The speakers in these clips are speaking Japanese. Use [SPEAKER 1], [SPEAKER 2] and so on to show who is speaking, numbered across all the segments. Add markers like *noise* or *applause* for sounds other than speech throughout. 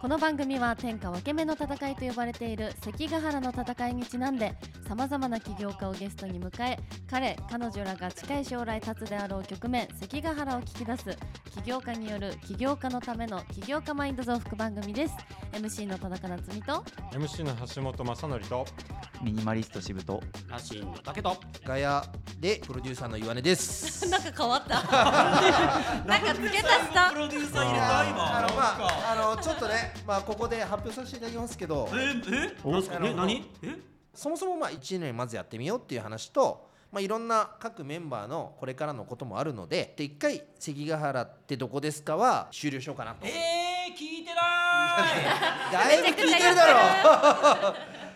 [SPEAKER 1] この番組は天下分け目の戦いと呼ばれている関ヶ原の戦いにちなんでさまざまな起業家をゲストに迎え彼彼女らが近い将来立つであろう局面関ヶ原を聞き出す起業家による起業家のための起業家マインド増幅番組です MC の田中夏実と
[SPEAKER 2] MC の橋本正則と
[SPEAKER 3] ミニマリスト渋と
[SPEAKER 4] ラシンの竹と
[SPEAKER 5] ガヤでプロデューサーの岩根です。
[SPEAKER 1] *laughs* なんか変わ
[SPEAKER 5] *laughs*
[SPEAKER 1] ったなんか付け足した
[SPEAKER 4] ロデューサー
[SPEAKER 5] あのまああのちょっとねまあここで発表させていただきますけど、
[SPEAKER 4] ええなんすか
[SPEAKER 5] なる
[SPEAKER 4] ね
[SPEAKER 5] ほど
[SPEAKER 4] 何え
[SPEAKER 5] そもそもまあ1年まずやってみようっていう話と。まあ、いろんな各メンバーのこれからのこともあるのでで一回「関ヶ原ってどこですか?」は終了しようかなと
[SPEAKER 4] えー、聞いて *laughs* な
[SPEAKER 5] だいぶ聞いてるだろ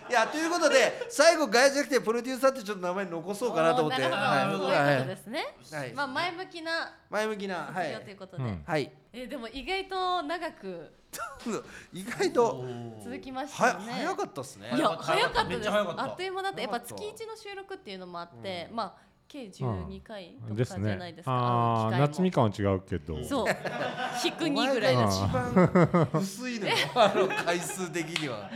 [SPEAKER 5] いやということで最後ガヤじゃなくてプロデューサーってちょっと名前残そうかなと思って
[SPEAKER 1] おーなるほどそう
[SPEAKER 5] はいいう
[SPEAKER 1] ことですね、
[SPEAKER 5] はい
[SPEAKER 1] まあ前向きな
[SPEAKER 5] 前向きなは
[SPEAKER 1] 卒業という
[SPEAKER 5] い、
[SPEAKER 1] ことで、
[SPEAKER 2] うん
[SPEAKER 5] はい、
[SPEAKER 1] えでも意外と長く
[SPEAKER 5] 意外と
[SPEAKER 1] 続きました
[SPEAKER 5] は
[SPEAKER 1] よね
[SPEAKER 5] 早かったっすね
[SPEAKER 1] いや
[SPEAKER 4] 早
[SPEAKER 1] 早か
[SPEAKER 4] か
[SPEAKER 1] っ
[SPEAKER 4] ったた
[SPEAKER 1] です
[SPEAKER 4] めっちゃ早かった
[SPEAKER 1] あっという間だってやっぱ月
[SPEAKER 5] 早かった
[SPEAKER 1] 一の収録っていうのもあって、まあ計12回と
[SPEAKER 2] で
[SPEAKER 1] か
[SPEAKER 2] す
[SPEAKER 1] じゃない
[SPEAKER 2] ね
[SPEAKER 1] ですか、
[SPEAKER 2] ああー
[SPEAKER 1] 会
[SPEAKER 2] 夏みかんは違うけど
[SPEAKER 1] そう引く
[SPEAKER 5] お前
[SPEAKER 1] 2ぐらい
[SPEAKER 5] が
[SPEAKER 1] だし
[SPEAKER 5] 一番薄い
[SPEAKER 1] *laughs*
[SPEAKER 5] のよあの回数的には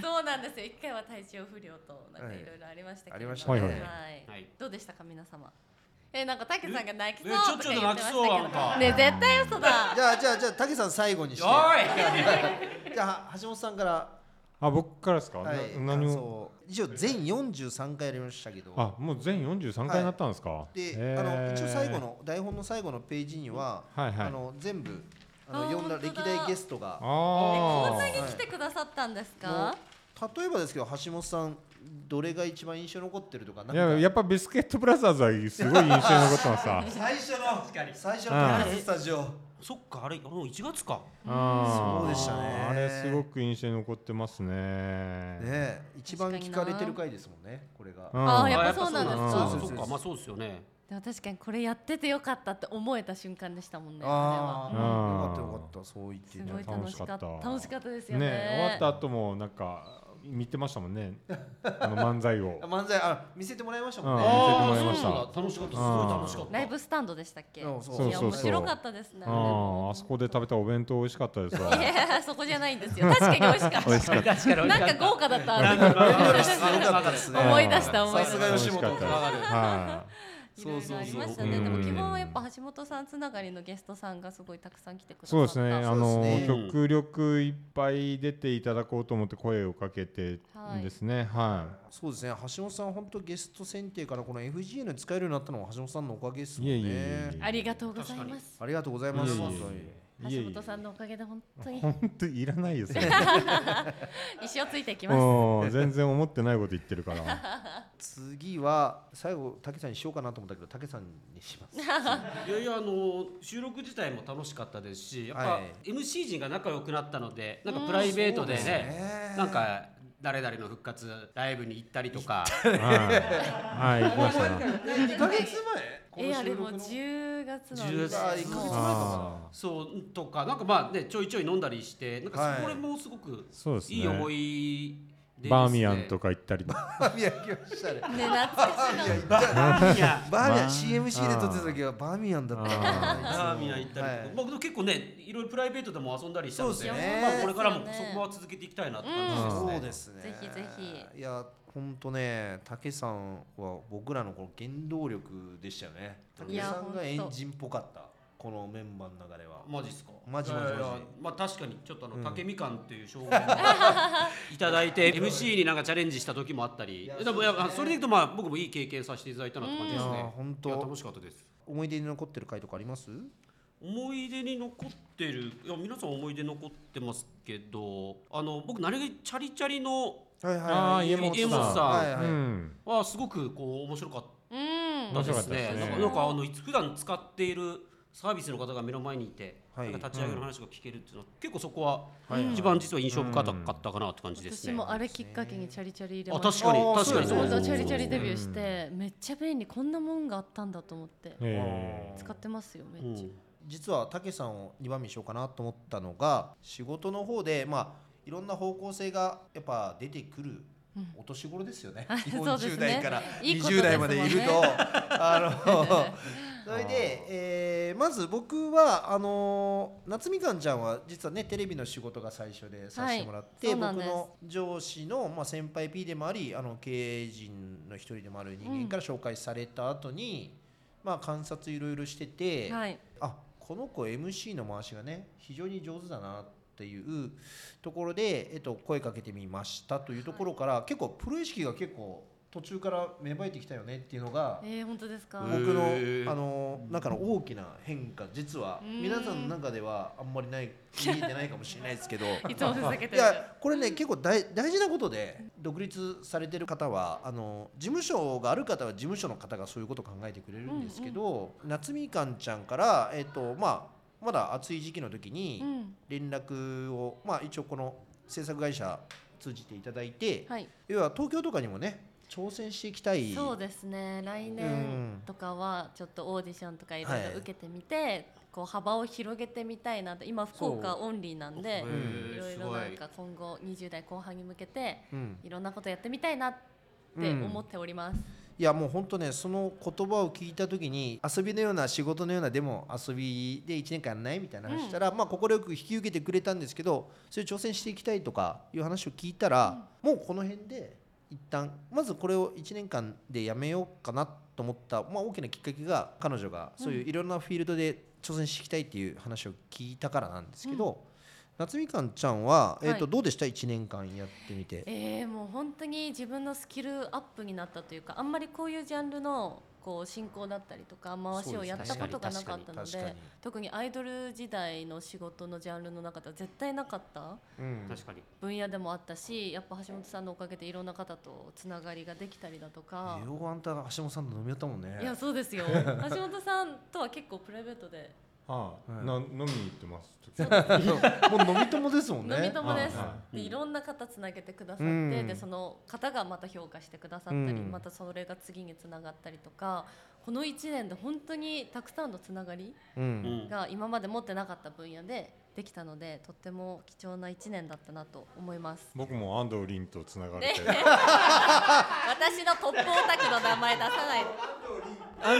[SPEAKER 1] そうなんですよ1回は体調不良となんか
[SPEAKER 5] はい
[SPEAKER 1] いろいろありましたけど
[SPEAKER 5] ありました
[SPEAKER 2] ね
[SPEAKER 1] はい
[SPEAKER 2] はい
[SPEAKER 4] はい
[SPEAKER 1] どうでしたか皆様えなんか竹さんが泣き
[SPEAKER 4] えち
[SPEAKER 1] そ
[SPEAKER 4] ょ
[SPEAKER 1] う
[SPEAKER 4] ち
[SPEAKER 1] と
[SPEAKER 4] ょ
[SPEAKER 1] か
[SPEAKER 4] っ
[SPEAKER 1] 言ってましたけ
[SPEAKER 4] と泣きそうなん
[SPEAKER 1] ど
[SPEAKER 4] か
[SPEAKER 1] ね絶対嘘だ
[SPEAKER 5] じゃあじゃあじゃあ竹さん最後にして
[SPEAKER 4] おい
[SPEAKER 5] じゃあ橋本さんから、
[SPEAKER 2] あ僕からですか、
[SPEAKER 5] はい、
[SPEAKER 2] な何
[SPEAKER 5] 感想
[SPEAKER 2] を
[SPEAKER 5] を一応全43回やりましたけど
[SPEAKER 2] あもう全43回になったんですか、
[SPEAKER 5] で、
[SPEAKER 2] へー
[SPEAKER 5] あの一応最後の台本の最後のページには、
[SPEAKER 2] はいはい
[SPEAKER 5] あの全部あ
[SPEAKER 1] あー
[SPEAKER 5] の呼んだ
[SPEAKER 1] 本
[SPEAKER 5] 歴
[SPEAKER 1] 当だ
[SPEAKER 5] 代ゲストが
[SPEAKER 2] あ
[SPEAKER 1] こんな
[SPEAKER 2] ー
[SPEAKER 1] に来てくださったんですか
[SPEAKER 5] もう例えばですけど橋本さんどれが一番印象残ってるとかなんか
[SPEAKER 2] いややっぱビスケットブラザーズはすごい印象に残ってますあ
[SPEAKER 5] 最初の最初の
[SPEAKER 2] うん
[SPEAKER 5] ピアノスタジオ
[SPEAKER 4] *laughs* そっかあれもう1月か
[SPEAKER 2] あー
[SPEAKER 5] *laughs* そうでしたね
[SPEAKER 2] あれすごく印象に残ってますね
[SPEAKER 5] ね一番聞かれてる回ですもんねこれが
[SPEAKER 2] う
[SPEAKER 1] あー
[SPEAKER 2] ん
[SPEAKER 1] やっぱ
[SPEAKER 4] あ
[SPEAKER 1] そうなんです
[SPEAKER 2] か
[SPEAKER 4] そうそうそうそっかまあそうですよね
[SPEAKER 1] でも確かにこれやっててよかったって思えた瞬間でしたもんねあれ
[SPEAKER 5] あ
[SPEAKER 1] は
[SPEAKER 5] あ
[SPEAKER 2] うん
[SPEAKER 5] よかったよかったそう言って
[SPEAKER 1] す
[SPEAKER 5] い
[SPEAKER 1] ご
[SPEAKER 5] ただ
[SPEAKER 1] い
[SPEAKER 5] いて
[SPEAKER 1] 楽しかった
[SPEAKER 2] 楽しかった
[SPEAKER 1] 楽しかったですよね
[SPEAKER 2] ね終わった後もなんか見てましたもんねあの漫才を
[SPEAKER 5] *laughs* あ漫才あ見せてもらいましたもん
[SPEAKER 2] あ
[SPEAKER 5] ね
[SPEAKER 2] ー見せてもらいました
[SPEAKER 4] あーそうなんだ楽しかったすごい楽しかった
[SPEAKER 1] ライブスタンドでしたっけ
[SPEAKER 5] うんそう
[SPEAKER 2] そうそうそう
[SPEAKER 1] いや面白かったですね
[SPEAKER 2] あーあそこで食べたお弁当美味しかったですわ
[SPEAKER 1] いやそこじゃないんですよ確かに美味しかった
[SPEAKER 4] 確かに
[SPEAKER 1] なんか豪華だった
[SPEAKER 4] なんか豪華だった
[SPEAKER 5] すごかったですね
[SPEAKER 1] 思い出した思い
[SPEAKER 5] さ
[SPEAKER 1] 出し
[SPEAKER 5] す
[SPEAKER 1] た
[SPEAKER 5] が
[SPEAKER 2] 楽し
[SPEAKER 5] 吉本
[SPEAKER 2] かったですはい
[SPEAKER 1] ろいろありました
[SPEAKER 2] そうそう
[SPEAKER 1] ね
[SPEAKER 2] そう
[SPEAKER 1] で
[SPEAKER 2] う
[SPEAKER 1] も
[SPEAKER 2] ん
[SPEAKER 1] 基本はやっぱ橋本さんつながりのゲストさんがすごいたくさん来てくださった
[SPEAKER 2] そうですね、あの
[SPEAKER 5] そうです
[SPEAKER 4] ね
[SPEAKER 2] 極力いっぱい出ていただこうと思って声をかけてですね、は
[SPEAKER 5] そうですね橋本さん本当ゲスト選定からこの FGN に使えるようになったのも橋本さんのおかげです
[SPEAKER 2] い。
[SPEAKER 5] もん
[SPEAKER 2] いえい
[SPEAKER 5] ね
[SPEAKER 2] えいえ
[SPEAKER 1] ありがとうございます
[SPEAKER 5] ありがとうございます
[SPEAKER 2] いえいえ
[SPEAKER 5] 本
[SPEAKER 2] い
[SPEAKER 5] 当に
[SPEAKER 2] えいえ
[SPEAKER 1] 橋本さんのおかげで本当に
[SPEAKER 2] 本当いらないですよ。
[SPEAKER 1] 一生ついていきます
[SPEAKER 2] うん全然思ってないこと言ってるから。
[SPEAKER 5] 次は最後竹さんにしようかなと思ったけど竹さんにします
[SPEAKER 4] いやいやあの収録自体も楽しかったですしやっぱ、
[SPEAKER 5] はい
[SPEAKER 4] MC 陣が仲良くなったのでなんかプライベートでね
[SPEAKER 5] そうですね
[SPEAKER 4] なんか誰々の復活ライブに行ったりとか
[SPEAKER 2] はい、はい、 *laughs* 行きましたね。
[SPEAKER 5] 2ヶ月前
[SPEAKER 1] えあれもう10月なんで
[SPEAKER 4] 10月あ
[SPEAKER 5] 一ヶ月
[SPEAKER 1] もう
[SPEAKER 5] 前
[SPEAKER 2] あー
[SPEAKER 4] そうとかなんかまあねちょいちょい飲んだりしてなん
[SPEAKER 5] は
[SPEAKER 4] か
[SPEAKER 5] い
[SPEAKER 4] これもすごく
[SPEAKER 2] そうですね
[SPEAKER 4] いい思い出ですね
[SPEAKER 2] バーミヤンとか行ったり。
[SPEAKER 5] バーミヤン来ましたね
[SPEAKER 1] ね懐かしいな
[SPEAKER 5] バ
[SPEAKER 4] バーミヤン
[SPEAKER 5] ーミヤン CMC で撮ってた時はバーミヤンだったな
[SPEAKER 4] バーミヤン行ったりとか、
[SPEAKER 5] はい
[SPEAKER 4] まあでも結構ねいろいろプライベートでも遊んだりしたので
[SPEAKER 5] そうですよね
[SPEAKER 4] まあ、これからも
[SPEAKER 1] そうです
[SPEAKER 4] そ
[SPEAKER 1] よね
[SPEAKER 4] こは続けていきたいなって
[SPEAKER 2] うん
[SPEAKER 4] 感じですね、
[SPEAKER 5] そうですね
[SPEAKER 1] ぜひぜ
[SPEAKER 5] ひいや本当ね竹さんは僕らのこの原動力でしたよね
[SPEAKER 1] い
[SPEAKER 5] 竹
[SPEAKER 1] や
[SPEAKER 5] さんがエ
[SPEAKER 1] ほん
[SPEAKER 5] ン
[SPEAKER 1] と
[SPEAKER 5] ジンっぽかったこのメンバーの中では
[SPEAKER 4] マジっすか
[SPEAKER 5] マジマジマジ
[SPEAKER 4] いやいやまあ確かにちょっとあの、
[SPEAKER 5] うん
[SPEAKER 4] 竹みかんっていう称号をいただいて MC になんかチャレンジした時もあったり
[SPEAKER 5] いや
[SPEAKER 4] でもいやそれで言うとまあ僕もいい経験させていただいたなって感じです
[SPEAKER 5] いや
[SPEAKER 4] ね
[SPEAKER 5] 本
[SPEAKER 4] いや
[SPEAKER 5] 当
[SPEAKER 4] 楽しかったです
[SPEAKER 5] 思い出に残ってる回とかあります
[SPEAKER 4] 思い出に残ってるいや皆さん思い出残ってますけどあの僕何気にチャリチャリの
[SPEAKER 5] はいはい
[SPEAKER 2] あー
[SPEAKER 5] はい
[SPEAKER 2] 家元さん
[SPEAKER 5] 家元はいは
[SPEAKER 2] う
[SPEAKER 5] い
[SPEAKER 2] ん。
[SPEAKER 4] はすごくこう面白かっ
[SPEAKER 1] うん
[SPEAKER 4] た
[SPEAKER 2] 面
[SPEAKER 4] で
[SPEAKER 2] 白かっ
[SPEAKER 4] す
[SPEAKER 2] たで
[SPEAKER 4] ね
[SPEAKER 2] す
[SPEAKER 4] なんか
[SPEAKER 2] ね
[SPEAKER 4] なんかあのいつ普段使っているサービスの方が目の前にいて、
[SPEAKER 5] はい
[SPEAKER 4] なんか立ち上げの話が聞けるっていうのは、結構そこは
[SPEAKER 5] はいはい
[SPEAKER 4] 一番実は印象深かったかなって感じです
[SPEAKER 1] 私
[SPEAKER 4] ね。
[SPEAKER 1] もあれきっかけにチャリチャリ入れ
[SPEAKER 4] あ
[SPEAKER 1] まし
[SPEAKER 4] 確
[SPEAKER 1] た
[SPEAKER 4] かに
[SPEAKER 5] あー
[SPEAKER 4] 確かに
[SPEAKER 5] そ
[SPEAKER 1] そうう
[SPEAKER 5] です
[SPEAKER 1] そう
[SPEAKER 5] ね
[SPEAKER 1] チャリチャリデビュー
[SPEAKER 2] う
[SPEAKER 1] し
[SPEAKER 2] ん
[SPEAKER 1] てめっちゃ便利こんなもんがあったんだと思って
[SPEAKER 2] え
[SPEAKER 1] 使ってますよめっ
[SPEAKER 4] うん
[SPEAKER 1] ち
[SPEAKER 5] 実はたけさんを2番目にしようかなと思ったのが仕事の方でまあいろんな方向性がやっぱ出てくるお年頃ですよね、
[SPEAKER 1] あ
[SPEAKER 5] 日
[SPEAKER 1] そ
[SPEAKER 5] 本
[SPEAKER 1] うです
[SPEAKER 5] 10
[SPEAKER 1] ね
[SPEAKER 5] 代から
[SPEAKER 1] *laughs* いいことです
[SPEAKER 5] 20代
[SPEAKER 1] も
[SPEAKER 5] ま
[SPEAKER 1] んね *laughs*
[SPEAKER 5] でいるとあそれで、えーまず僕はあのー夏みかんちゃんは実はねテレビの仕事が最初でさせてもらって、
[SPEAKER 1] はいそう
[SPEAKER 5] 僕
[SPEAKER 1] なんです
[SPEAKER 5] の上司の、まあ、先輩 P でもありあの経営陣の一人でもある人間から紹介された後に、まあ観察いろいろしてて、
[SPEAKER 1] はい
[SPEAKER 5] あこの子 MC の回しがね非常に上手だなっていうところで、えっと、声かけてみましたというところから、結構プロ意識が結構途中から芽生えてきたよねっていうのが。
[SPEAKER 1] えー、本当ですか、
[SPEAKER 5] 僕
[SPEAKER 4] へー
[SPEAKER 5] のあの中の大きな変化実は
[SPEAKER 1] うん
[SPEAKER 5] 皆さんの中ではあんまりない見えてないかもしれないですけど
[SPEAKER 1] *laughs* いつもふざけて
[SPEAKER 5] い
[SPEAKER 1] る
[SPEAKER 5] やこれね結構大大事なことで独立されてる方はあの事務所がある方は事務所の方がそういうことを考えてくれるんですけど、夏みかんちゃんから、えっとまあ、まだ暑い時期の時に
[SPEAKER 1] うん
[SPEAKER 5] 連絡を、まあ、一応この制作会社通じていただいて、
[SPEAKER 1] はい
[SPEAKER 5] 要は東京とかにもね挑戦していきたい
[SPEAKER 1] そうですね来
[SPEAKER 5] うん
[SPEAKER 1] 年とかはちょっとオーディションとかいろい
[SPEAKER 5] はい
[SPEAKER 1] ろ受けてみて、こう幅を広げてみたいなと今福岡オンリーなん
[SPEAKER 4] へ
[SPEAKER 1] で
[SPEAKER 4] ー
[SPEAKER 1] いろい
[SPEAKER 4] す
[SPEAKER 1] ろ
[SPEAKER 4] ご
[SPEAKER 1] なん
[SPEAKER 4] い
[SPEAKER 1] か今後20代後半に向けて
[SPEAKER 5] うん
[SPEAKER 1] いろんなことやってみたいなって思っております、
[SPEAKER 5] いやもう本当ねその言葉を聞いた時に遊びのような仕事のようなでも遊びで1年間やんないみたいな話したら、まあ快く引き受けてくれたんですけどそういう挑戦していきたいとかいう話を聞いたら、もうこの辺で一旦まずこれを1年間でやめようかなと思った、まあ、大きなきっかけが彼女がそういういろんなフィールドで挑戦していきたいっていう話を聞いたからなんですけど、夏みかんちゃんは、えーと
[SPEAKER 1] はい
[SPEAKER 5] どうでした1年間やってみて。
[SPEAKER 1] えーもう本当に自分のスキルアップになったというかあんまりこういうジャンルのこう進行だったりとか回しをやったことがなかったの
[SPEAKER 5] 確か
[SPEAKER 1] で
[SPEAKER 5] に
[SPEAKER 1] 特にアイドル時代の仕事のジャンルの中では絶対なかった
[SPEAKER 5] うん
[SPEAKER 4] 確かに
[SPEAKER 1] 分野でもあったしやっぱ橋本さんのおかげでいろんな方とつながりができたりだとか
[SPEAKER 5] ようあんた橋本さんと飲み寄ったもんね *laughs*
[SPEAKER 1] いやそうですよ橋本さんとは結構プライベートで
[SPEAKER 2] は
[SPEAKER 5] はい
[SPEAKER 2] い、な飲みに行ってます。
[SPEAKER 5] もう飲み友ですもんね。
[SPEAKER 1] 飲み友です
[SPEAKER 2] は
[SPEAKER 1] でいろんな方つなげてくださって、
[SPEAKER 5] うん
[SPEAKER 1] でその方がまた評価してくださったり、
[SPEAKER 5] うん
[SPEAKER 1] またそれが次につながったりとかこの1年で本当にたくさんのつながり
[SPEAKER 5] う。
[SPEAKER 4] うんん
[SPEAKER 1] が今まで持ってなかった分野でできたのでとっても貴重な1年だったなと思います
[SPEAKER 2] 僕も安藤凛とつながれて。
[SPEAKER 1] 私のトップオタクの名前出さない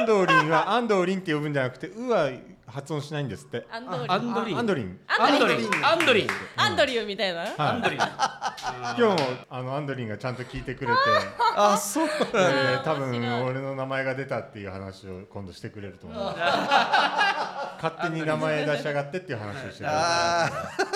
[SPEAKER 2] 安藤凛は安藤凛って呼ぶんじゃなくて、うは発音しないんですって。
[SPEAKER 1] アンドリュ
[SPEAKER 4] あアンド
[SPEAKER 1] ー
[SPEAKER 4] リン
[SPEAKER 2] あ安
[SPEAKER 1] ア
[SPEAKER 2] 藤凛。
[SPEAKER 1] ンドリ
[SPEAKER 5] リン
[SPEAKER 4] アンドリン
[SPEAKER 1] アンドリューみたいな、
[SPEAKER 2] *laughs* はい
[SPEAKER 4] アンドリン
[SPEAKER 2] 今日もあのアンドリンがちゃんと聞いてくれて、
[SPEAKER 5] あ、そう。
[SPEAKER 2] えー多
[SPEAKER 1] 面
[SPEAKER 2] 分
[SPEAKER 1] 白い
[SPEAKER 2] 俺の名前が出たっていう話を今度してくれると思う。勝手に名前出しやがってっていう話をしてくれて。
[SPEAKER 5] あ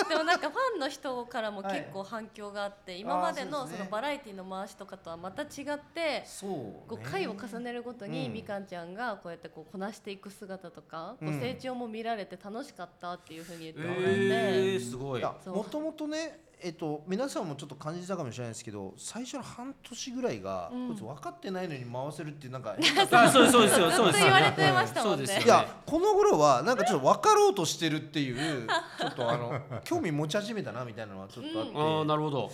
[SPEAKER 1] でもなんかファンの人からも結構反響があって、今まで
[SPEAKER 5] あーそ
[SPEAKER 1] の
[SPEAKER 5] う
[SPEAKER 1] そ
[SPEAKER 5] ですね
[SPEAKER 1] のバラエティの回しとかとはまた違って
[SPEAKER 5] ー、そう
[SPEAKER 1] こ
[SPEAKER 5] ね。
[SPEAKER 1] う回を重ねるごとに、
[SPEAKER 5] うん
[SPEAKER 1] みかんちゃんがこうやってこうこなしていく姿とか、こ
[SPEAKER 5] う
[SPEAKER 1] うん成長も見られて楽しかったっていうふうに言ってもらって、
[SPEAKER 4] えーすご
[SPEAKER 5] い
[SPEAKER 4] い
[SPEAKER 5] や、
[SPEAKER 1] そう
[SPEAKER 5] もともとね、えっと、皆さんもちょっと感じたかもしれないですけど、最初の半年ぐらいが、
[SPEAKER 1] うん
[SPEAKER 5] こいつ分かってないのに回せるってい
[SPEAKER 1] *laughs*
[SPEAKER 5] う、なんか。
[SPEAKER 4] あそうですそうですそう
[SPEAKER 1] ずっ
[SPEAKER 4] です
[SPEAKER 1] と言われてましたもんね
[SPEAKER 4] そうです
[SPEAKER 5] いや、この頃は、なんかちょっと分かろうとしてるっていう、ちょっと
[SPEAKER 4] *laughs*
[SPEAKER 5] あの、興味持ち始めたなみたいなのはちょっとあって。
[SPEAKER 4] あーなるほど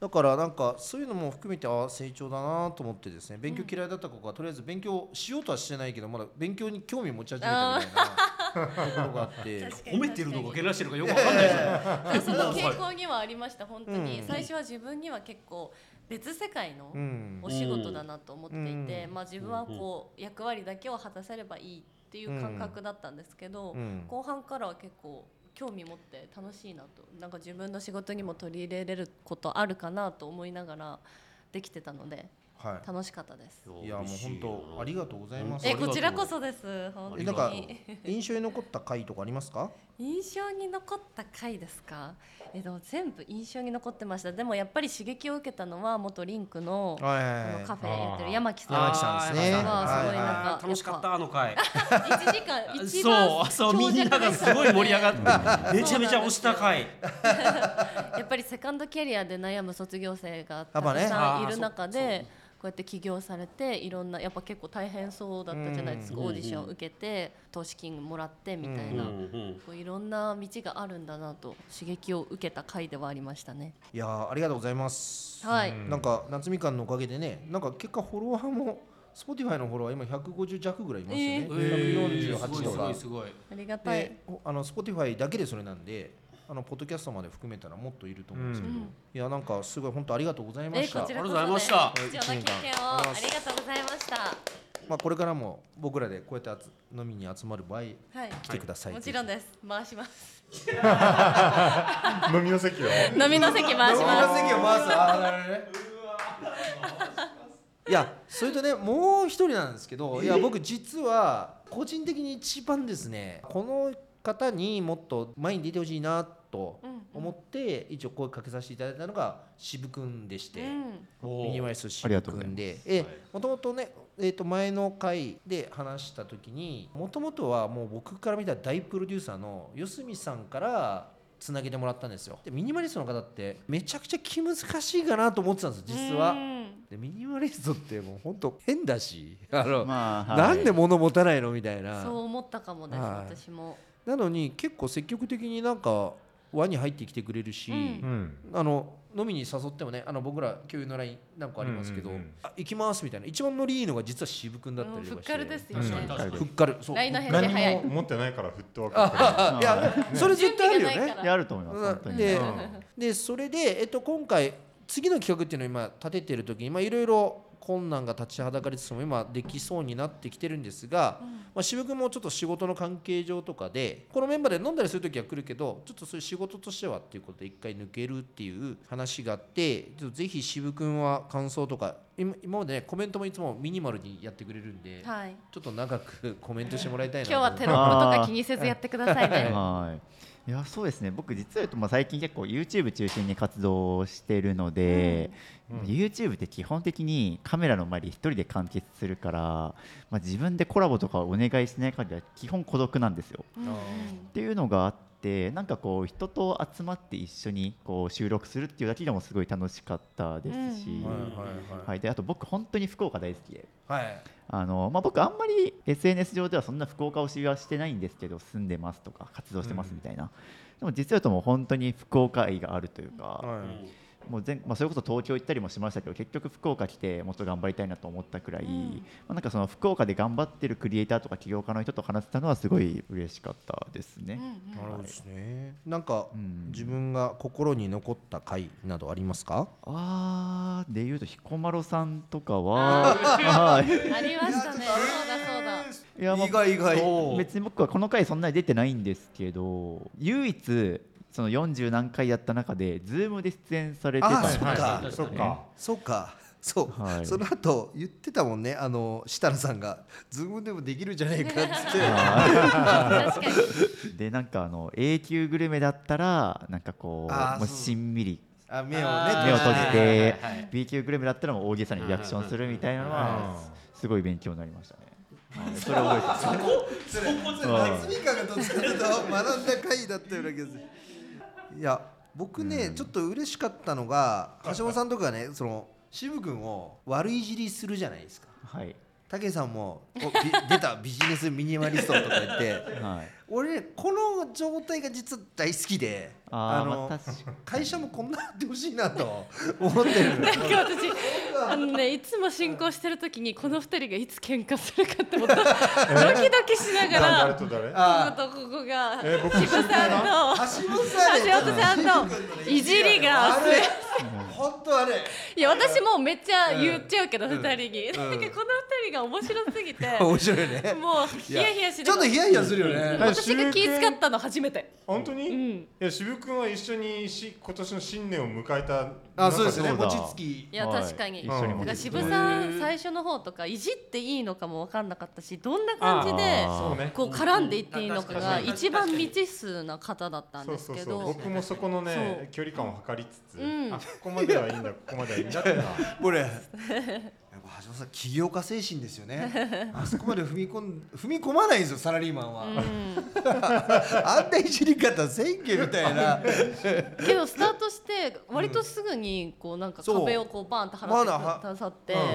[SPEAKER 5] だからなんかそういうのも含めてああ成長だなと思ってですね勉強嫌いだった子がとりあえず勉強しようとはしてないけどまだ勉強に興味持ち始めたみたいなところがあって
[SPEAKER 1] 確かに
[SPEAKER 4] 褒めてるのかけなしてるのかよくわかんないですね
[SPEAKER 1] 確かにその傾向にはありました本当に、
[SPEAKER 5] うん
[SPEAKER 1] 最初は自分には結構別世界の、
[SPEAKER 5] うん
[SPEAKER 1] お仕事だなと思っていて、
[SPEAKER 5] うん
[SPEAKER 1] まあ、自分はこう役割だけを果たせればいいっていう感覚だったんですけど、
[SPEAKER 5] うん
[SPEAKER 1] 後半からは結構興味持って楽しいなとなんか自分の仕事にも取り入れれることあるかなと思いながらできてたので
[SPEAKER 5] は
[SPEAKER 1] 楽しかったです。
[SPEAKER 5] い、いやもう本当ありがとうございます
[SPEAKER 4] あ
[SPEAKER 1] え
[SPEAKER 4] りがとう
[SPEAKER 1] こちらこそです
[SPEAKER 4] あ
[SPEAKER 1] 本
[SPEAKER 5] え
[SPEAKER 4] り
[SPEAKER 5] な
[SPEAKER 4] が
[SPEAKER 5] ん
[SPEAKER 4] とう
[SPEAKER 1] 当
[SPEAKER 5] か
[SPEAKER 1] に
[SPEAKER 5] 印象に残った回とかありますか
[SPEAKER 1] 印象に残った回ですかえっと全部印象に残ってましたでもやっぱり刺激を受けたのは元リンクのこ
[SPEAKER 5] はい
[SPEAKER 1] のカフェやってる
[SPEAKER 2] あー
[SPEAKER 1] 山木さん
[SPEAKER 5] 山木さんですね
[SPEAKER 1] 山木さんはすごいなんか
[SPEAKER 5] は
[SPEAKER 1] やっぱ
[SPEAKER 4] あー楽しかったあの回
[SPEAKER 1] 1時
[SPEAKER 4] *laughs*
[SPEAKER 1] 間一
[SPEAKER 4] そ
[SPEAKER 1] 番
[SPEAKER 4] うそう
[SPEAKER 1] 長尺
[SPEAKER 4] み
[SPEAKER 1] でし
[SPEAKER 4] ん
[SPEAKER 1] た
[SPEAKER 4] な
[SPEAKER 1] ね
[SPEAKER 4] がすごい盛り上がってめちゃめちゃ押した回
[SPEAKER 1] *laughs* やっぱりセカンドキャリアで悩む卒業生が
[SPEAKER 5] や
[SPEAKER 1] た
[SPEAKER 5] っぱね
[SPEAKER 1] くさんいる
[SPEAKER 4] あ
[SPEAKER 1] 中
[SPEAKER 4] ー
[SPEAKER 1] で、
[SPEAKER 4] そうそう
[SPEAKER 1] こうやって起業されていろんなやっぱ結構大変そうだったじゃないですか、
[SPEAKER 4] うん
[SPEAKER 1] オーディション受けて投資金もらってみたい
[SPEAKER 4] うんう
[SPEAKER 1] な、
[SPEAKER 4] ん
[SPEAKER 1] こういろんな道があるんだなと刺激を受けた回ではありましたね。
[SPEAKER 5] いやーありがとうございます、
[SPEAKER 1] はい、
[SPEAKER 2] うん
[SPEAKER 5] なんか夏みかんのおかげでねなんか結果フォロワーも Spotify のフォロワー今150弱ぐらいいますよね、
[SPEAKER 1] え
[SPEAKER 4] えー
[SPEAKER 5] 148とか
[SPEAKER 4] すごいすごいすごい
[SPEAKER 1] ありがたい、
[SPEAKER 5] で、おあの Spotify だけでそれなんであのポッドキャストまで含めたらもっといると思うんですけど、
[SPEAKER 1] うん
[SPEAKER 5] いやなんかすごい本当ありがとうございま
[SPEAKER 1] え
[SPEAKER 5] した
[SPEAKER 1] こちらこそ、ね、
[SPEAKER 4] ありがとうございました
[SPEAKER 1] 貴重な経験をありがとうございました。
[SPEAKER 5] まあ、これからも僕らでこうやって集飲みに集まる場合
[SPEAKER 1] はい。
[SPEAKER 5] 来てください、
[SPEAKER 1] もちろんです。回します。
[SPEAKER 2] 飲みの席を
[SPEAKER 1] 飲みの席回し
[SPEAKER 5] あ
[SPEAKER 1] ま
[SPEAKER 5] 席を回すあーなるほどねいやそれとねもう一人なんですけどいや僕実は個人的に一番ですねこの方にもっと前に出てほしいなと思って一応声かけさせていただいたのが渋くんでし
[SPEAKER 1] す。
[SPEAKER 5] て、
[SPEAKER 1] うん。
[SPEAKER 5] ミニマリスト渋くんで
[SPEAKER 4] ざい
[SPEAKER 5] え
[SPEAKER 4] ます
[SPEAKER 5] もともとねえー、と前の回で話した時にもともとはもう僕から見た大プロデューサーの四角さんからつなげてもらったんですよでミニマリストの方ってめちゃくちゃ気難しいかなと思ってたんですよ実
[SPEAKER 1] う
[SPEAKER 5] は。
[SPEAKER 1] ん
[SPEAKER 5] でミニマリストってもう本当変
[SPEAKER 1] *laughs*
[SPEAKER 5] だしあの、
[SPEAKER 3] まあ、
[SPEAKER 5] なんで物持たないのみたいな
[SPEAKER 1] そう思ったかもです。
[SPEAKER 5] はい
[SPEAKER 1] 私も。
[SPEAKER 5] なのに結構積極的になんか輪に入ってきてくれるし、
[SPEAKER 1] うん
[SPEAKER 2] うん
[SPEAKER 5] あの飲みに誘ってもねあの僕ら共有の LINE 何個ありますけど、
[SPEAKER 2] うんうんうん
[SPEAKER 5] あ行きますみたいな一番ノリいいのが実は渋君だった
[SPEAKER 1] うん
[SPEAKER 5] り
[SPEAKER 1] ふ
[SPEAKER 5] と
[SPEAKER 1] っ
[SPEAKER 5] かして、
[SPEAKER 1] かるですよ
[SPEAKER 2] 確かに
[SPEAKER 1] ね
[SPEAKER 4] 確。か
[SPEAKER 3] はい
[SPEAKER 5] ふっかるそう
[SPEAKER 1] LINE の返事
[SPEAKER 2] 何
[SPEAKER 1] 早
[SPEAKER 2] も
[SPEAKER 1] い。
[SPEAKER 2] 持ってないからフットワークしてる
[SPEAKER 5] あいやそれ絶対あるよ
[SPEAKER 1] 準備がない
[SPEAKER 5] ね
[SPEAKER 1] か
[SPEAKER 3] いやあると思います、本当
[SPEAKER 5] うん
[SPEAKER 3] に。
[SPEAKER 5] で
[SPEAKER 2] うん
[SPEAKER 5] でそれで、えっと、今回次の企画っていうのを今立ててる時にまあいろいろ困難が立ちはだかりつつも今できそうになってきてるんですが、まあ、渋君もちょっと仕事の関係上とかでこのメンバーで飲んだりする時は来るけどちょっとそういう仕事としてはっていうことで一回抜けるっていう話があってちょっとぜひ渋君は感想とか今今までねコメントもいつもミニマルにやってくれるんで、
[SPEAKER 1] はい。
[SPEAKER 5] ちょっと長くコメントしてもらいたいな
[SPEAKER 1] 今
[SPEAKER 5] と
[SPEAKER 1] 日はテロップとか気にせずやってくださいね。
[SPEAKER 3] はい。いやそうですね僕実は言うと、まあ、最近結構 YouTube 中心に活動してるので、
[SPEAKER 2] うんうん
[SPEAKER 3] YouTube って基本的にカメラの前で一人で完結するから、まあ、自分でコラボとかお願いしない限りは基本孤独なんですよ。
[SPEAKER 1] うんうん
[SPEAKER 3] っていうのがあってなんかこう人と集まって一緒にこう収録するっていうだけでもすごい楽しかったですし、
[SPEAKER 1] うん
[SPEAKER 5] はいは
[SPEAKER 3] はいい、であと僕本当に福岡大好きで
[SPEAKER 5] はい、はい
[SPEAKER 3] あの、まあ、僕あんまり SNS 上ではそんな福岡推しはしてないんですけど住んでますとか活動してますみたいな、でも実は言うともう本当に福岡愛があるというか、
[SPEAKER 5] はい
[SPEAKER 3] もう全まあ、それこそ東京行ったりもしましたけど結局福岡来てもっと頑張りたいなと思ったくらい、
[SPEAKER 1] うん
[SPEAKER 3] まあ、なんかその福岡で頑張ってるクリエイターとか起業家の人と話せたのはすごい嬉しかったですね。
[SPEAKER 5] なるほどですね。なんか、
[SPEAKER 3] うん
[SPEAKER 5] 自分が心に残った回などありますか？
[SPEAKER 3] あーで言うと彦摩呂さんとかは、はい、
[SPEAKER 1] うんありましたね。そうだそうだ。
[SPEAKER 3] いやまあ
[SPEAKER 5] 外意
[SPEAKER 3] そう別に僕はこの回そんなに出てないんですけど唯一その40何回やった中で Zoom で出演されてたんですよ
[SPEAKER 5] あ
[SPEAKER 2] はいそっか
[SPEAKER 5] そうか。そう、
[SPEAKER 3] はい
[SPEAKER 5] その後言ってたもんね。あの設楽さんがズームでもできるんじゃないかっつって。
[SPEAKER 1] 確かに。
[SPEAKER 3] でなんかあの A 級グルメだったらなんかこ
[SPEAKER 5] あー
[SPEAKER 3] うもう
[SPEAKER 5] そう
[SPEAKER 3] しんみり
[SPEAKER 5] あ目
[SPEAKER 4] あー
[SPEAKER 3] 目を閉じて
[SPEAKER 5] はいはいはい
[SPEAKER 3] B 級グルメだったらもう大げさにリアクションするみたいなのはすごい勉強になりましたね。はいそれ覚えてます
[SPEAKER 5] それそれ
[SPEAKER 3] はい
[SPEAKER 5] 夏みかんがどっちかというと学んだ回だったような気がするいや僕ね、ちょっと嬉しかったのが橋本さんとかがねその渋君を悪いじりするじゃないですか
[SPEAKER 3] はい
[SPEAKER 5] 武さんも「おび *laughs* 出たビジネスミニマリスト」とか言って
[SPEAKER 3] はい
[SPEAKER 5] 俺ねこの状態が実は大好きで
[SPEAKER 3] あー
[SPEAKER 5] の
[SPEAKER 3] まあ確かに
[SPEAKER 5] 会社もこんなあってほしいな
[SPEAKER 3] *laughs*
[SPEAKER 5] と思ってる
[SPEAKER 1] なんか私あのねいつも進行してる時にこの二人がいつ喧嘩するかって思ったドキドキしなが
[SPEAKER 2] 誰
[SPEAKER 1] ら
[SPEAKER 2] と誰
[SPEAKER 5] あ
[SPEAKER 1] このとここが
[SPEAKER 2] えー僕
[SPEAKER 1] 渋さんと
[SPEAKER 5] 橋本さんね
[SPEAKER 1] 橋本さんと
[SPEAKER 5] 渋君のね
[SPEAKER 1] いじりが
[SPEAKER 5] あれ本当あれ
[SPEAKER 1] いや私もめっちゃ言っちゃうけど
[SPEAKER 5] うん
[SPEAKER 1] 二人に
[SPEAKER 5] うん
[SPEAKER 1] なんかこの二人が面白すぎて
[SPEAKER 5] 面白いね
[SPEAKER 1] もうヒヤヒヤし
[SPEAKER 5] ちょっとヒ
[SPEAKER 1] て
[SPEAKER 5] ヤヒヤするよね
[SPEAKER 1] 私が気使ったの初めて
[SPEAKER 2] 本当に、
[SPEAKER 1] う
[SPEAKER 2] い
[SPEAKER 1] ん
[SPEAKER 2] や渋君は一緒にし今年の新年を迎えた
[SPEAKER 5] あそうですね
[SPEAKER 3] そうだ
[SPEAKER 5] 餅つき
[SPEAKER 1] いや
[SPEAKER 3] はい
[SPEAKER 1] 確かに
[SPEAKER 3] 一緒
[SPEAKER 1] だ
[SPEAKER 3] に持
[SPEAKER 1] か
[SPEAKER 3] っ
[SPEAKER 1] ら
[SPEAKER 3] てきても
[SPEAKER 1] 渋
[SPEAKER 3] らっ
[SPEAKER 1] さ
[SPEAKER 3] て
[SPEAKER 1] ん最初の方とかいじっていいのかも分かんなかったしどんな感じで
[SPEAKER 3] あー
[SPEAKER 2] そうね
[SPEAKER 1] こう絡んでいっていいのか
[SPEAKER 4] 確
[SPEAKER 1] が
[SPEAKER 4] かに
[SPEAKER 1] 一番未知数な方だったん
[SPEAKER 2] そ
[SPEAKER 1] で
[SPEAKER 2] う
[SPEAKER 1] す
[SPEAKER 2] そう
[SPEAKER 1] け
[SPEAKER 2] そ
[SPEAKER 1] ど
[SPEAKER 2] う僕もそこの
[SPEAKER 1] そう
[SPEAKER 2] ね距離感を測りつつ、
[SPEAKER 1] うん
[SPEAKER 2] あここまではいいんだここまではいいんだってな
[SPEAKER 5] これやっぱ橋本さん起業家精神ですよねあそこまで踏み込ん踏み込まないんですよサラリーマンは、
[SPEAKER 1] う
[SPEAKER 5] あんないじり方せんけみた
[SPEAKER 1] *laughs*
[SPEAKER 5] いな
[SPEAKER 1] んけどスタートして割とすぐにこうなんか
[SPEAKER 5] そう
[SPEAKER 1] 壁をこうバーンと払ってくださって
[SPEAKER 5] まだ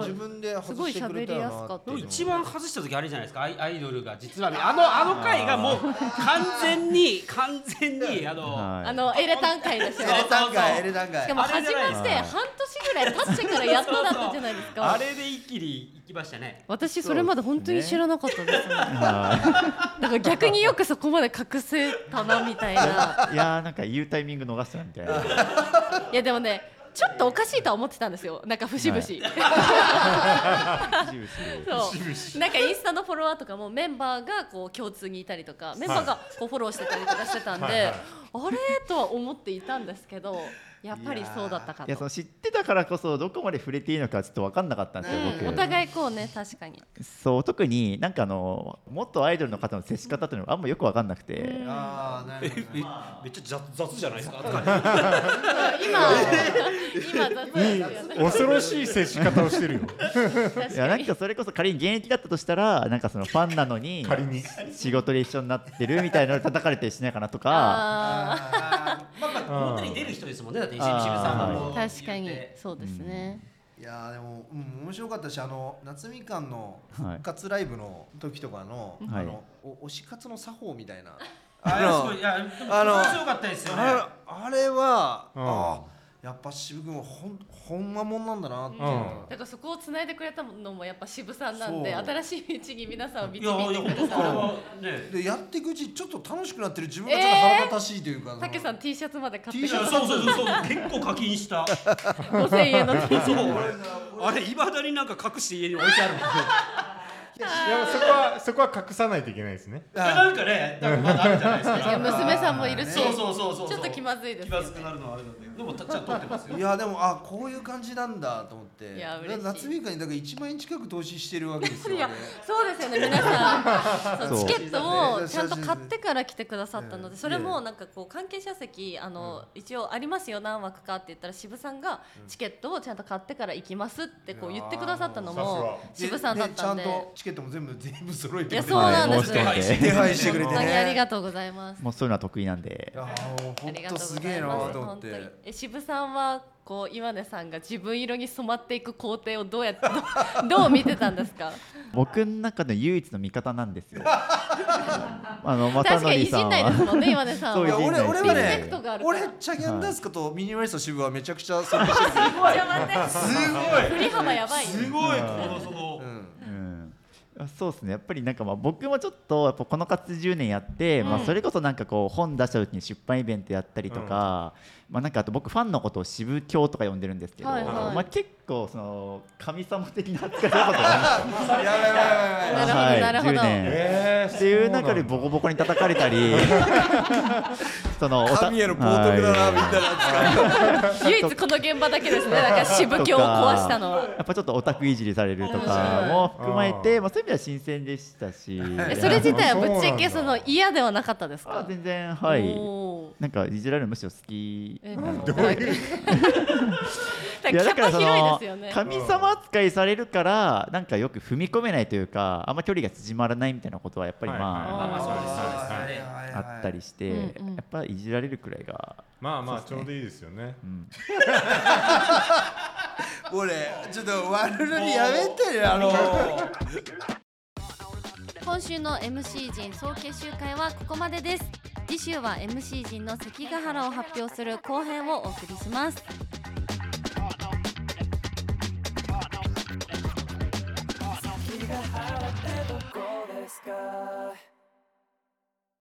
[SPEAKER 4] うん
[SPEAKER 5] 自分で外してくれたよなって
[SPEAKER 4] でも一番外した時あれじゃないですかアイアイドルが実はねあのあの回がもう完全に完全にあの、
[SPEAKER 3] はい
[SPEAKER 1] あのエレタン会です
[SPEAKER 5] エ
[SPEAKER 1] よ
[SPEAKER 5] レタ
[SPEAKER 4] そ
[SPEAKER 5] ン
[SPEAKER 4] うそうそう
[SPEAKER 5] 街エレタン
[SPEAKER 1] し
[SPEAKER 5] 街
[SPEAKER 1] かも
[SPEAKER 4] あれ
[SPEAKER 1] 始
[SPEAKER 4] じゃない
[SPEAKER 1] まって半年ぐらい経ってからやっとだったじゃないです
[SPEAKER 4] あ
[SPEAKER 1] か
[SPEAKER 4] れで一気に行きましたね
[SPEAKER 1] 私それまで本当に知らなかったですね
[SPEAKER 3] は
[SPEAKER 1] だから逆によくそこまで隠せたなみたいな。
[SPEAKER 3] いいやーなんか言うタイミング逃したみたいな。
[SPEAKER 1] いやでもねちょっとおかしいとは思ってたんですよなんか節々、
[SPEAKER 3] はジューシー
[SPEAKER 1] そうなんかインスタのフォロワーとかもメンバーがこう共通にいたりとかメンバーがこうフォローしてたりとかしてたんで、
[SPEAKER 2] はいはい
[SPEAKER 1] あれとは思っていたんですけどやっぱりそうだったか
[SPEAKER 3] いやそ
[SPEAKER 1] と
[SPEAKER 3] の知ってたからこそどこまで触れていいのかちょっと分かんなかったんですよ、
[SPEAKER 1] うん、お
[SPEAKER 3] 僕
[SPEAKER 1] 互いこうね確かに
[SPEAKER 3] そう特になんかあの元アイドルの方の接し方っていうのがあんまよく分かんなくて、
[SPEAKER 5] ああなるほどね
[SPEAKER 4] めめっちゃ雑雑じゃないですか。
[SPEAKER 1] 今今雑誌が
[SPEAKER 2] 恐ろしい接し方をしてるよ
[SPEAKER 1] 確
[SPEAKER 3] いや
[SPEAKER 1] か
[SPEAKER 3] なん
[SPEAKER 1] に
[SPEAKER 3] かそれこそ仮に現役だったとしたらなんかそのファンなのに
[SPEAKER 2] 仮に
[SPEAKER 3] 仕事で一緒になってるみたいなの叩かれたりしないかなとか
[SPEAKER 1] あ
[SPEAKER 5] あ
[SPEAKER 4] まあまあ表に出る人ですもんね。だって石石部さんも
[SPEAKER 1] ー確かにそうですね、
[SPEAKER 5] ーいやーでも、うん、面白かったしあの夏みかんの復活ライブの時とかの,、
[SPEAKER 3] はい
[SPEAKER 5] あのお推し活の作法みたいな、
[SPEAKER 4] あれすごいいやでも
[SPEAKER 5] あの
[SPEAKER 4] 強かったですよね。
[SPEAKER 5] ああれは、
[SPEAKER 2] うん
[SPEAKER 5] あーやっぱ渋君はほんほんまもんなんだなっていうのが、
[SPEAKER 2] うん
[SPEAKER 1] だからそこをつないでくれたのもやっぱ渋さんなんで
[SPEAKER 5] そう
[SPEAKER 1] 新しい道に皆さんを
[SPEAKER 4] い
[SPEAKER 1] 導い
[SPEAKER 4] やいや
[SPEAKER 1] て
[SPEAKER 4] 本
[SPEAKER 1] くれ
[SPEAKER 4] 当それ
[SPEAKER 1] た
[SPEAKER 4] はね。
[SPEAKER 5] でやっていくうちにちょっと楽しくなってる自分がちょっと腹立たしいというか、
[SPEAKER 1] たけさ
[SPEAKER 5] ん
[SPEAKER 1] ん T シャツまで買っ
[SPEAKER 5] T
[SPEAKER 1] て
[SPEAKER 4] いやそうそうそうそう結構課金した。
[SPEAKER 1] 5000円の T シャ
[SPEAKER 4] そう
[SPEAKER 1] ツ
[SPEAKER 4] あれいまだになんか隠して家に置いてあるもん。
[SPEAKER 2] いやそこはそこは隠さないといけないですね
[SPEAKER 4] いやなんかねなんかまだあるじゃないです
[SPEAKER 1] 確かに
[SPEAKER 4] か。
[SPEAKER 1] 娘さんもいるし
[SPEAKER 4] そうそうそうそう。
[SPEAKER 1] ちょっと気まずいです
[SPEAKER 4] 気
[SPEAKER 1] よ
[SPEAKER 4] ま
[SPEAKER 1] ね
[SPEAKER 4] ずくなるのはあれなんだけど。でもたちゃんと撮ってますよ
[SPEAKER 5] い。やでもあこういう感じなんだと思って
[SPEAKER 1] いや嬉しい
[SPEAKER 5] 夏みかんにだから1万円近く投資してるわけですよ
[SPEAKER 1] いや
[SPEAKER 5] ね
[SPEAKER 1] そうですよね皆さん
[SPEAKER 5] *laughs*
[SPEAKER 1] そう
[SPEAKER 3] そう
[SPEAKER 1] チケットをちゃんと買ってから来てくださったのでそれもなんかこう関係者席あの、一応ありますよ何枠かって言ったら渋さんがチケットをちゃんと買ってから行きますってこう言ってくださったのも
[SPEAKER 2] さ
[SPEAKER 1] 渋さんだったんで
[SPEAKER 5] ちゃんとチケットも全部全部揃えて
[SPEAKER 1] いや
[SPEAKER 5] く
[SPEAKER 1] そうなんです
[SPEAKER 3] はい申し込ん
[SPEAKER 5] 手
[SPEAKER 3] で
[SPEAKER 5] 配してくれて
[SPEAKER 1] 本
[SPEAKER 5] ね
[SPEAKER 1] 当にありが
[SPEAKER 5] と
[SPEAKER 1] とうございます
[SPEAKER 3] もうそういうのは得意なんで
[SPEAKER 5] やもう
[SPEAKER 1] あ
[SPEAKER 5] 本
[SPEAKER 1] りがと
[SPEAKER 5] 当
[SPEAKER 1] うご
[SPEAKER 5] すげ
[SPEAKER 1] ざ
[SPEAKER 5] え
[SPEAKER 1] い
[SPEAKER 5] な
[SPEAKER 1] ます
[SPEAKER 5] と思っ
[SPEAKER 1] 本当
[SPEAKER 5] て
[SPEAKER 1] にえ渋さんはこう岩根さんが自分色に染まっていく工程をどうやってどうどう見てたんです
[SPEAKER 3] *laughs*
[SPEAKER 1] か
[SPEAKER 3] 僕の中の唯一の味方なん
[SPEAKER 1] *laughs*
[SPEAKER 3] ですよあのまた
[SPEAKER 1] 確
[SPEAKER 3] の
[SPEAKER 1] かに
[SPEAKER 3] り
[SPEAKER 1] い
[SPEAKER 3] さ
[SPEAKER 1] じ
[SPEAKER 3] ん
[SPEAKER 1] んないです
[SPEAKER 3] は
[SPEAKER 1] もんね岩根さん
[SPEAKER 3] そう
[SPEAKER 5] い
[SPEAKER 3] い
[SPEAKER 5] や
[SPEAKER 3] う
[SPEAKER 1] は。
[SPEAKER 3] 人
[SPEAKER 5] 俺俺は
[SPEAKER 1] リスペ
[SPEAKER 5] ね
[SPEAKER 1] クトがあるから
[SPEAKER 5] 俺チャギャンダスカとミニマリスト渋はめちゃくちゃ尊敬してる
[SPEAKER 1] じゃあ待って *laughs*
[SPEAKER 4] すごい。
[SPEAKER 1] 振り幅やばい
[SPEAKER 4] すごいこのその、
[SPEAKER 3] う
[SPEAKER 5] うん
[SPEAKER 3] んそうですねやっぱりなんかまあ僕もちょっとやっぱこの活動10年やって、まあ、それこそなんかこう本出した時に出版イベントやったりとか,、まあ、なんかあと僕ファンのことを渋教とか呼んでるんですけど、
[SPEAKER 1] はいはい
[SPEAKER 3] まあ、結構その神様的な扱いだったと思うんですよ
[SPEAKER 5] やばいやばいやばい
[SPEAKER 1] なるほどなる
[SPEAKER 3] はい
[SPEAKER 1] ほど
[SPEAKER 3] 10年
[SPEAKER 2] ええ
[SPEAKER 3] っていう中でボコボコに叩かれたりそのおた
[SPEAKER 5] 神への冒涜だなみんな
[SPEAKER 1] 唯一この現場だけですねだからしぶきを壊したのは
[SPEAKER 3] やっぱちょっとオタクいじりされるとかも含めて、まあ、そういう意味では新鮮でしたし
[SPEAKER 1] えそれ自体はぶっちゃけ
[SPEAKER 2] そ
[SPEAKER 1] そう
[SPEAKER 2] な
[SPEAKER 1] の
[SPEAKER 2] んだ
[SPEAKER 1] 嫌ではなかったです
[SPEAKER 3] あ
[SPEAKER 1] か
[SPEAKER 3] 全然はい
[SPEAKER 1] おー
[SPEAKER 3] なんかいじられるのむしろ好き
[SPEAKER 1] え
[SPEAKER 2] どういう
[SPEAKER 1] だからキャパ広いですよね
[SPEAKER 3] 神様扱いされるからなんかよく踏み込めないというかあんま距離が縮まらないみたいなことはやっぱり
[SPEAKER 2] はい
[SPEAKER 3] ま
[SPEAKER 4] あそうですそうです
[SPEAKER 5] はいはい
[SPEAKER 3] あ
[SPEAKER 5] はい
[SPEAKER 3] あったりして
[SPEAKER 1] うんうん
[SPEAKER 3] やっぱいじられるくらいが
[SPEAKER 2] まあまあちょうどいいですよね
[SPEAKER 5] 俺ちょっと悪るにやめてよあの
[SPEAKER 6] 今週の MC 陣総結集会はここまでです次週は MC 陣の関ヶ原を発表する後編をお送りします